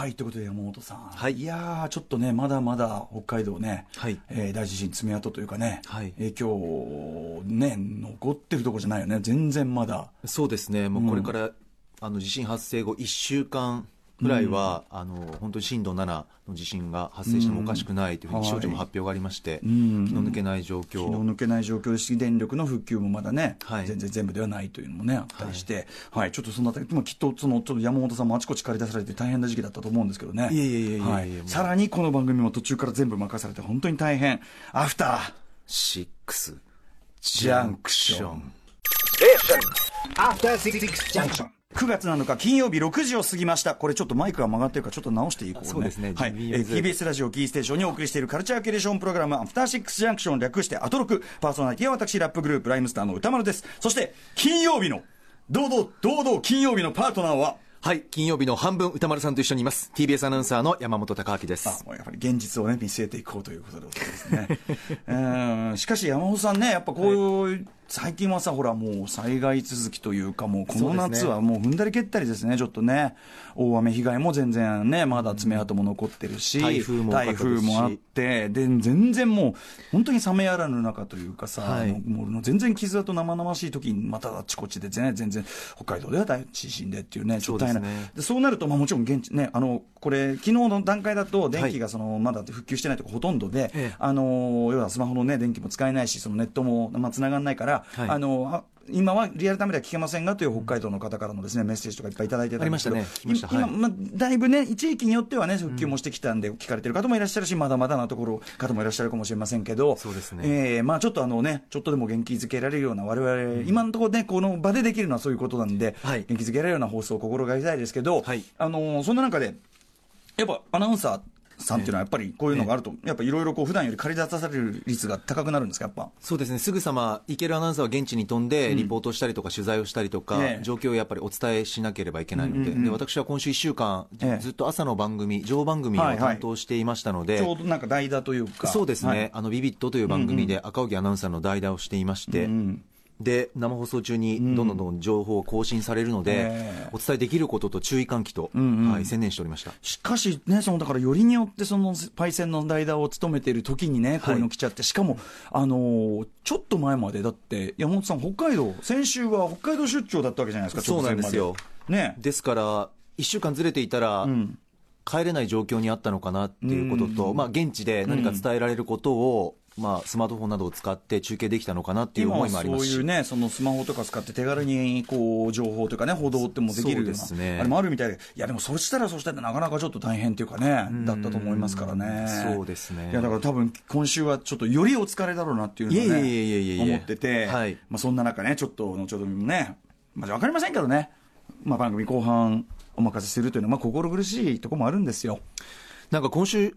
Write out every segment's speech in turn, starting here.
はい、ということで山本さん、はいいやー、ちょっとね、まだまだ北海道ね、はいえー大地震爪痕というかね、はい影響、ね、残ってるとこじゃないよね、全然まだ。そうですね、もうこれから、あの地震発生後1週間ぐらいは、あの本当に震度7の地震が発生してもおかしくないというふうに気象庁も発表がありまして、ん気の抜けない状況、気の抜けない状況ですし、電力の復旧もまだね、はい全然全部ではないというのもね、あったりして、はいちょっとそのあたり、まあきっとそのちょっと山本さんもあちこち借り出されて大変な時期だったと思うんですけどね、いえいえいえいえいえはいもうさらにこの番組も途中から全部任されて、本当に大変、アフターシックスジャンクション。9月7日金曜日6時を過ぎました。これちょっとマイクが曲がってるからちょっと直していこうね。そうですねはい。 TBS えー TBS ラジオキーステーションにお送りしているカルチャーキュレーションプログラム、アフターシックスジャンクション略してアトロク。パーソナリティは私、ラップグループ、ライムスターの歌丸です。そして、金曜日の、堂々、堂々金曜日のパートナーは、はい、金曜日の半分、歌丸さんと一緒にいます、TBS アナウンサーの山本貴明であす。もうやっぱり現実をね見据えていこうということでございますねう んしかし山本さんねやっぱこういう、最近はさほらもう災害続きというかもうこのそうです夏ねはもう踏んだり蹴ったりですねちょっとね大雨被害も全然ねまだ爪痕も残ってるし、台風も多かったですし台風もあってで全然もう本当に冷めやらぬ中というかさ、はいあのもう全然傷だと生々しい時にまたあちこちで、ね、全然北海道では大地震でっていうねちょっと大変なそうですねでそうなると、まあ、もちろん現地、ね、あのこれ、昨日の段階だと、電は気いがその、まだ復旧してないとこほとんどで、ええあの要はスマホの、ね、電気も使えないし、そのネットも、まあ、繋がらないから、はいあのあ今はリアルタイムでは聞けませんがという北海道の方からのです、ね、メッセージとかいっぱいいただいてたんですけど、ありましたね聞きました今はいまあ、だいぶね、一駅によってはね、復旧もしてきたんで、聞かれてる方もいらっしゃるし、まだまだなところ、方もいらっしゃるかもしれませんけど、そうですねええまあ、ちょっとあの、ね、ちょっとでも元気づけられるような、我々、今のところね、この場でできるのはそういうことなんで、はい元気づけられるような放送を心がけたいですけど、はいあのそんな中で、やっぱアナウンサーさんっていうのは、やっぱりこういうのがあると、やっぱいろいろこう普段より借り出される率が高くなるんですか、やっぱ。そうですねすぐさま、行けるアナウンサーは現地に飛んで、リポートしたりとか、取材をしたりとか、ええ状況をやっぱりお伝えしなければいけないので、で私は今週1週間、ええずっと朝の番組、情報番組をはいはい担当していましたので、ちょうどなんか代打というか。そうですね、はいあのビビットという番組で赤荻アナウンサーの代打をしていまして、で生放送中にどんどんどんどん情報を更新されるので、ええお伝えできることと注意喚起と、はい、専念しておりました。しかしね、そのだからよりによって、そのパイセンの代打を務めている時にね、こういうの来ちゃって、しかも、あのーちょっと前まで、だって、山本さん、北海道、先週は北海道出張だったわけじゃないですか、そうなんですよ直前までね、ですから、1週間ずれていたら、帰れない状況にあったのかなっていうことと、まあ、現地で何か伝えられることを、まあ、スマートフォンなどを使って中継できたのかなっていう今思はいもあそりまうすいうし、ね、そのスマホとか使って手軽にこう情報というかね、報道ってもできるようなそうですねあれもあるみたいで、いや、でもそしたらそしたらなかなかちょっと大変っていうかね、だったと思いますからね。そうですねいや、だから多分今週はちょっとよりお疲れだろうなっていうのをね、いえいえいえいえいえいえ思ってて、はいまあ、そんな中ね、ちょっと後ほどね、まあ、わかりませんけどね、まあ、番組後半お任せするというのは、まあ、心苦しいとこもあるんですよ。なんか今週、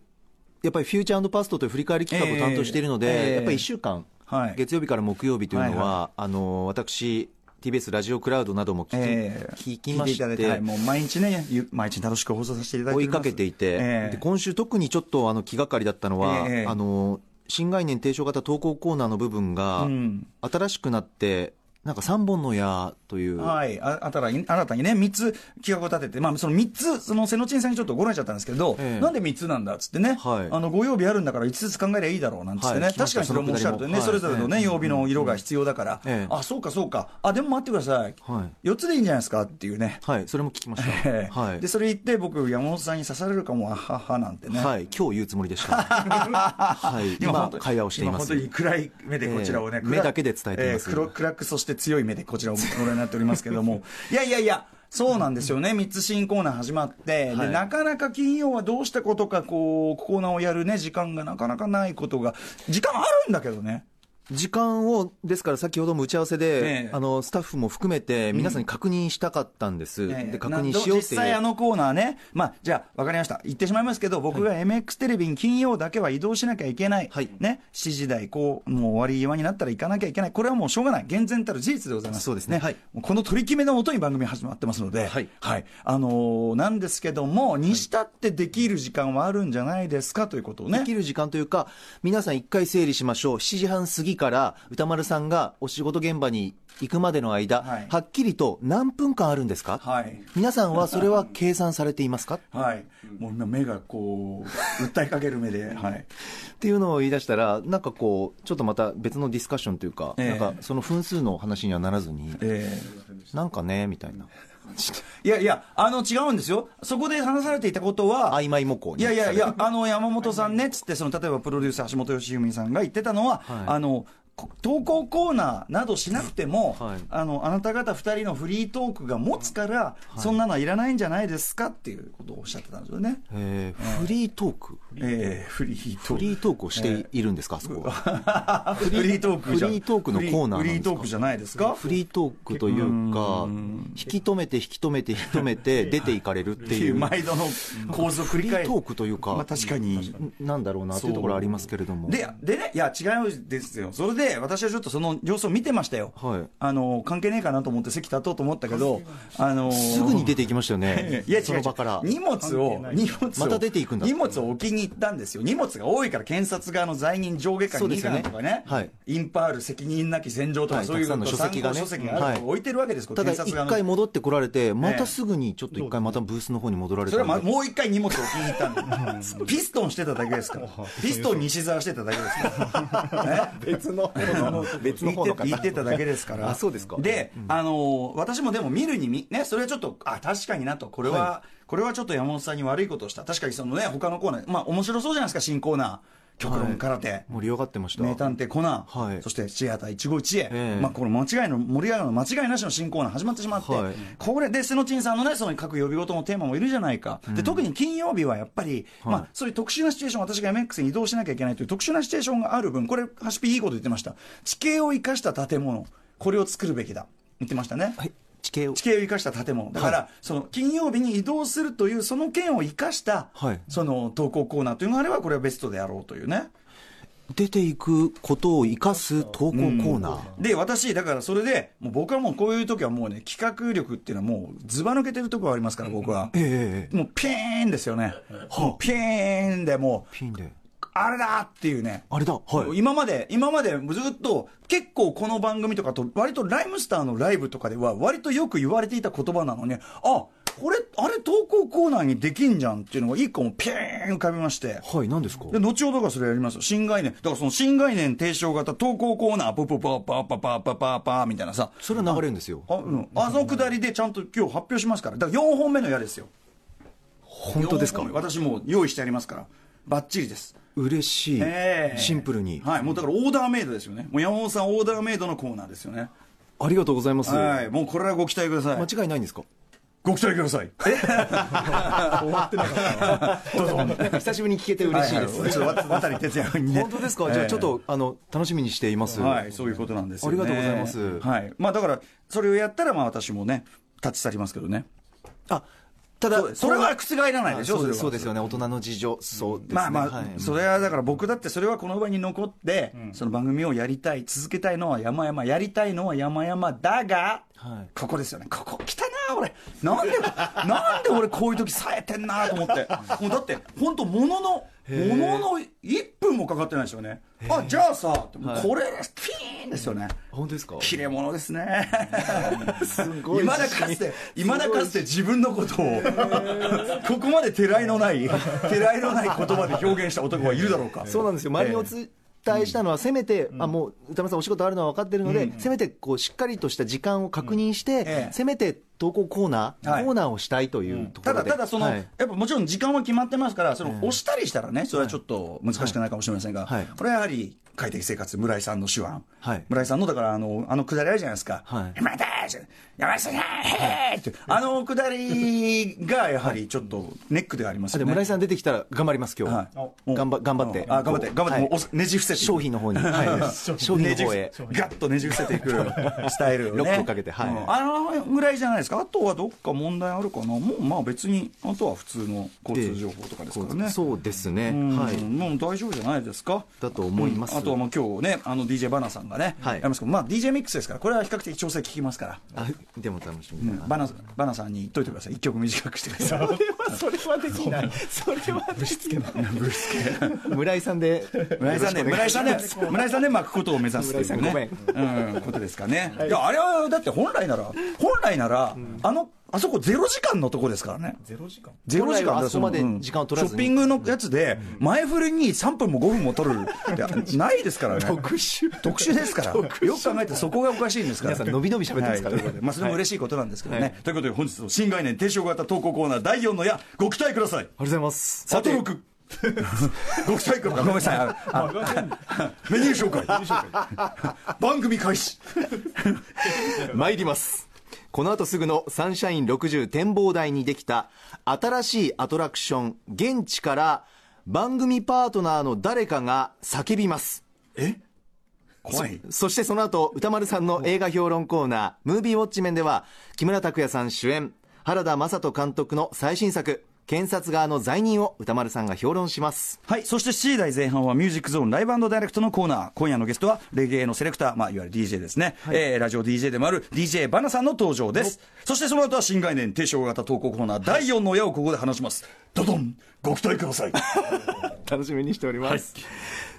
やっぱりフューチャーパストという振り返り企画を担当しているのえで、えやっぱり1週間、はい月曜日から木曜日というのは、はあの私、TBS ラジオクラウドなども聞き,、ええ聞きましていただいて、はいもう毎日ね、ゆ毎日楽しく放送させていただいてお追りいますかけていて、ええで今週、特にちょっとあの気がかりだったのは、ええあの新概念提唱型投稿コーナーの部分が、ん新しくなって、なんか3本の矢という、はい、あ新たに新たにね、3つ企画を立てて、まあ、その3つ、その瀬野陳さんにちょっとごられちゃったんですけど、ええなんで3つなんだっつってね、はいあの5曜日あるんだから5つ考えりゃいいだろうなんつってね、はい確かにそれもおっしゃるとね、はいそれぞれのね、ええ曜日の色が必要だから、ええあそうか、そうか、あでも待ってください,、は4つでいいんじゃないですかっていうね、はい、それも聞きました、ええは いでそれ言って、僕、山本さんに刺されるかも、あははなんてね。はい、今日言うつもり でした、はい、今本当、に会話をしていま今本す当。に暗い目でこちらをね、ええ暗い目だけで伝えていますええ黒暗く、そして強い目でこちらをご覧になっておりますけれど も、いやいやいや、そうなんですよね、3つ新コーナー始まって、はでいなかなか金曜はどうしたことか、こう、コーナーをやるね、時間がなかなかないことが、時間あるんだけどね。時間を、ですから先ほども打ち合わせえでえ、あのスタッフも含めて、皆さんに確認したかったんです、ええで確認しようって実際あいう。のコーナーね、まあ、じゃあ分かりました、言ってしまいますけど、僕が MX テレビに金曜だけは移動しなきゃいけない、はいね、7時台こう、もう終わり際になったら行かなきゃいけない、これはもうしょうがない、厳然たる事実でございます。そうですねはいもうこの取り決めのもとに番組始まってますので、はいあのーなんですけども、にしたってできる時間はあるんじゃないですかということをね。できる時間というか、皆さん一回整理しましょう。7時半過ぎ駅から歌丸さんがお仕事現場に行くまでの間、はいはっきりと何分間あるんですか、はい皆さんはそれは計算されていますかはい、もう今、目がこう、訴えかける目で、 はい、っていうのを言い出したら、なんかこう、ちょっとまた別のディスカッションというか、ええなんかその分数の話にはならずに、えなんかね、みたいな、ーいやいや、あの違うんですよ、そこで話されていたことは、曖昧模倣いにやいやいや、あの山本さんねっつって、その例えばプロデューサー、橋本良文さんが言ってたのは、はいあのこ投稿コーナーなどしなくても、はいあのあなた方2人のフリートークが持つから、そんなのはいらないんじゃないですかっていうことをおっしゃってたんですよね。えーフリートーク、えー、フリートフークリートークをしているんですか、あそこは。フリートークじゃフリートークのコーナーなんですかフリフリートークじゃないですかフリートークというか、引き止めて、引き止めて、引き止めて、出ていかれるってってい いうう、毎度の構図を繰フりリ返ーすトークというか、まあ確かになんだろうなというところはありますけれども。ででねいや違うんですよそれで私はちょっとその様子を見てましたよ、はいあの関係ねえかなと思って席立とうと思ったけどあのすぐに出て いきましたよねいや違う違う、その場から。荷物を荷物をまた出ていくんだ荷物を置きに行ったんですよ荷物が多いから検察側の罪人上下官そうで2すよね官とかねはいインパール責任なき戦場とか、はいそういうたくさんの書籍がね参考書籍があるとこ置いてるわけです、こたれだ、検察側一の回戻ってこられて、またすぐにちょっと一回、またブースの方に戻られそたれりは、ま、もう一回荷物を置きに行ったん で、ピストンしてただけですから、ピストン西沢してただけです から、ね、別の方の、別の方の方言って言ってただけですから、あそうですかで、あのー私もでも見るにみ、ね、それはちょっと、あ確かになと、これは、これはちょっと山本さんに悪いことをした、確かにそのね、他のコーナー、まあ面白そうじゃないですか、新コーナー、極論空手。盛り上がってました。名探偵コナン、はいそしてシアター一期一会、ええまあ、これ間違いの盛り上がるの間違いなしの新コーナー始まってしまって、はいこれで瀬野陳さんのねその各呼び事のテーマもいるじゃないか、で特に金曜日はやっぱり、まあ、そういう特殊なシチュエーション私が MX に移動しなきゃいけないという特殊なシチュエーションがある分これハシピいいこと言ってました地形を生かした建物これを作るべきだ言ってましたね、はい、地形を地。形を生かした建物だから、その金曜日に移動するというその件を生かした、はいその投稿コーナーというのがあればこれはベストであろうというね出ていくことを生かす投稿コーナー。で、私、だからそれで、もう僕はもうこういう時はもうね、企画力っていうのはもうずば抜けてるところありますから、僕は。ええええもうピーンですよね。もうピーンでもう、ピンで。あれだっていうね。あれだ、はい。今まで、今までずっと、結構この番組とかと、割とライムスターのライブとかでは、割とよく言われていた言葉なのに、あこれ、あれ投稿コーナーにできんじゃんっていうのが、一個もうピーン浮かびまして。はい、何ですかで、後ほどがそれやりますよ。新概念。だからその新概念提唱型投稿コーナー、ポポポパパパパパパみたいなさ。それは流れるんですよ。あ、うん。あのくだりでちゃんと今日発表しますから。だから4本目の矢ですよ。本当です4か本目私もう用意してありますから。バッチリです。嬉しい。ええシンプルに。はい。もうだからオーダーメイドですよね。もう山本さんオーダーメイドのコーナーですよね。ありがとうございます。は間い。もうこれはご期待ください。違いないんですかご期待くださ い。どうぞ。久しぶりに聞けて嬉しいです。ははちょっと渡哲也にね。本当ですかじゃあちょっと、あの、楽しみにしています。はい、そういうことなんですよ、ね。ありがとうございますはい、まあ、だから、それをやったら、まあ、私もね、立ち去りますけどね。あ、たそだ、それは覆らないでしょ、そうですそそうれでは。すよね、大人の事情、そうですね、まあまあ、はいそれはだから僕だってそれはこの場に残って、その番組をやりたい続けたいのは山々やりたいのは山々だが、はいここですよねここ来たな俺なんで なんで俺こういう時冴えてんなと 思ってもうだって本当もののものの1分もかかってないですよねあじゃあさってもうこれピーンですよね、本当ですか、切れ者ですね。すごいまだかつて、いまだかつて自分のことを、ここまでてらいのない、てらいのない言葉で表現した男はいるだろうか。そうなんですよ、周りにお伝えしたのは、せめて、あもう歌丸さん、お仕事あるのは分かってるので、せめてこうしっかりとした時間を確認して、ええせめて投稿コーナー、はいコーナーをしたいというとこたろだ、で、ただ、その、はいやっぱもちろん時間は決まってますから、その、押したりしたらね、それはちょっと難しくないかもしれませんが、はいこれはやはり、快適生活、村井さんの手腕。はい村井さんの、だから、あの、あのくだりあるじゃないですか。はい山田山田さん、へーって、あのくだりが、やはりちょっとネックではありますあよでね。村井さん出てきたら頑張ります、今日、はいもう頑張頑張って、あ頑張って、頑張って、もうはい押すねじ伏せていく商品の 方に、はい、商品ねのじ方伏へ せ。ガッとねじ伏せていくスタイルをねロックをかけてはいうんあのぐらいじゃないですか、あとはどっか問題あるかな、もうまあ別に、あとは普通の交通情報とかですからね。そうですね、うんはい、もう大丈夫じゃないですか。だと思いますうんあとはもう今日ね、あの DJ バナさんがね、はいやりますけど、まあ DJ ミックスですから、これは比較的調整効きますから。あでも楽しみねだな、バナバナさんに言っといてください、一曲短くしてください。 それはできない それはぶしつけな 村井さんで村井さんね、村井さんね、村井さんね、巻くことを目指すというね、うん、ことですかね。いや、あれは、だって本来なら、本来なら、あの、あそこゼロ時間のとこですからね。ゼロ時間ゼロ時本来は間あそこまでうん時間を取らずにショッピングのやつで、前振りに3分も5分も取るっ て、ないですからね。 特殊特殊ですから、よく考えてそこがおかしいんですから。皆さんのびのび喋ってますからねはいということでまあ、それも嬉しいことなんですけどね。はいということで、本日の新概念提唱型投稿コーナー第4の矢、ご期待ください。ありがとうござい ますサトロク。ご期待ください。ごめんなさいああ。メニュー紹介。番組開始。参りますこの後すぐのサンシャイン60展望台にできた新しいアトラクション現地から番組パートナーの誰かが叫びます怖い。そしてその後歌丸さんの映画評論コーナー「ムービーウォッチメン」では木村拓哉さん主演原田雅人監督の最新作「検察側の罪人」を歌丸さんが評論しますはい。そして7時台前半はミュージックゾーンライブダイレクトのコーナー。今夜のゲストはレゲエのセレクター、まあ、いわゆる DJ ですね。えーラジオ DJ でもある DJ バナさんの登場です。そしてその後は新概念提唱型投稿コーナー第4の矢をここで話します。ドドンご期待ください。楽しみにしております、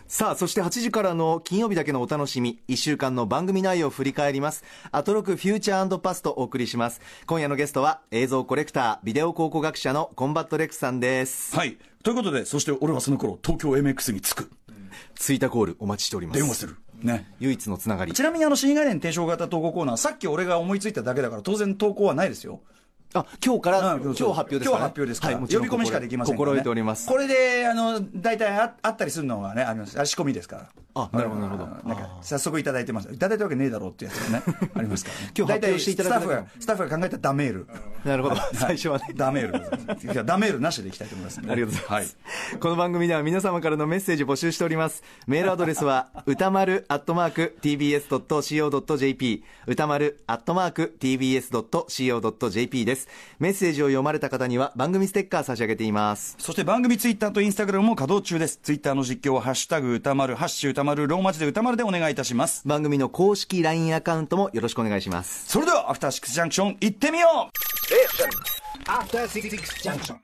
さあそして8時からの金曜日だけのお楽しみ1週間の番組内容を振り返りますアトロクフューチャーパストをお送りします今夜のゲストは映像コレクタービデオ考古学者のコンバットレックさんですはい。ということで、そして俺はその頃、東京 MX に着く。ツイタコールお待ちしております電話する。ね。唯一のつながりちなみにあの新概念提唱型投稿コーナー、さっき俺が思いついただけだから、当然投稿はないですよ。あ今日からあ今日発表今ですか日ら発表ですから、はいもち呼ろんび込みしかできませんから、ね、心得ておりますこれで、あの、大体ああったりするのはね、あの仕込みですから。あなるほどなるほどあなんか、早速いただいてます。いただいたわけねえだろうってやつ がね、ありますからね。今日発表していただく大体スタッフが、スタッフが考えたダメー ル。なるほど最 初 はねダメールでございます。いや、ダメールなしでいきたいと思います、ありがとうございますは、この番組 では皆様からのメッセージ募集しておりますメールアドレス は歌丸アットマーク TBS.CO.JP 歌丸アットマーク TBS.CO.JP ですメッセージを読まれた方には番組ステッカー差し上げていますそして番組ツイッターとインスタグラムも稼働中です。ツイッターの実況はハッシュタグ歌丸、ハッシュ歌丸、ローマ字で歌丸でお願いいたします。番組の公式 LINE アカウントもよろしくお願いしますそれでは、アフターシックスジャンクション、行ってみよう After Six Junction.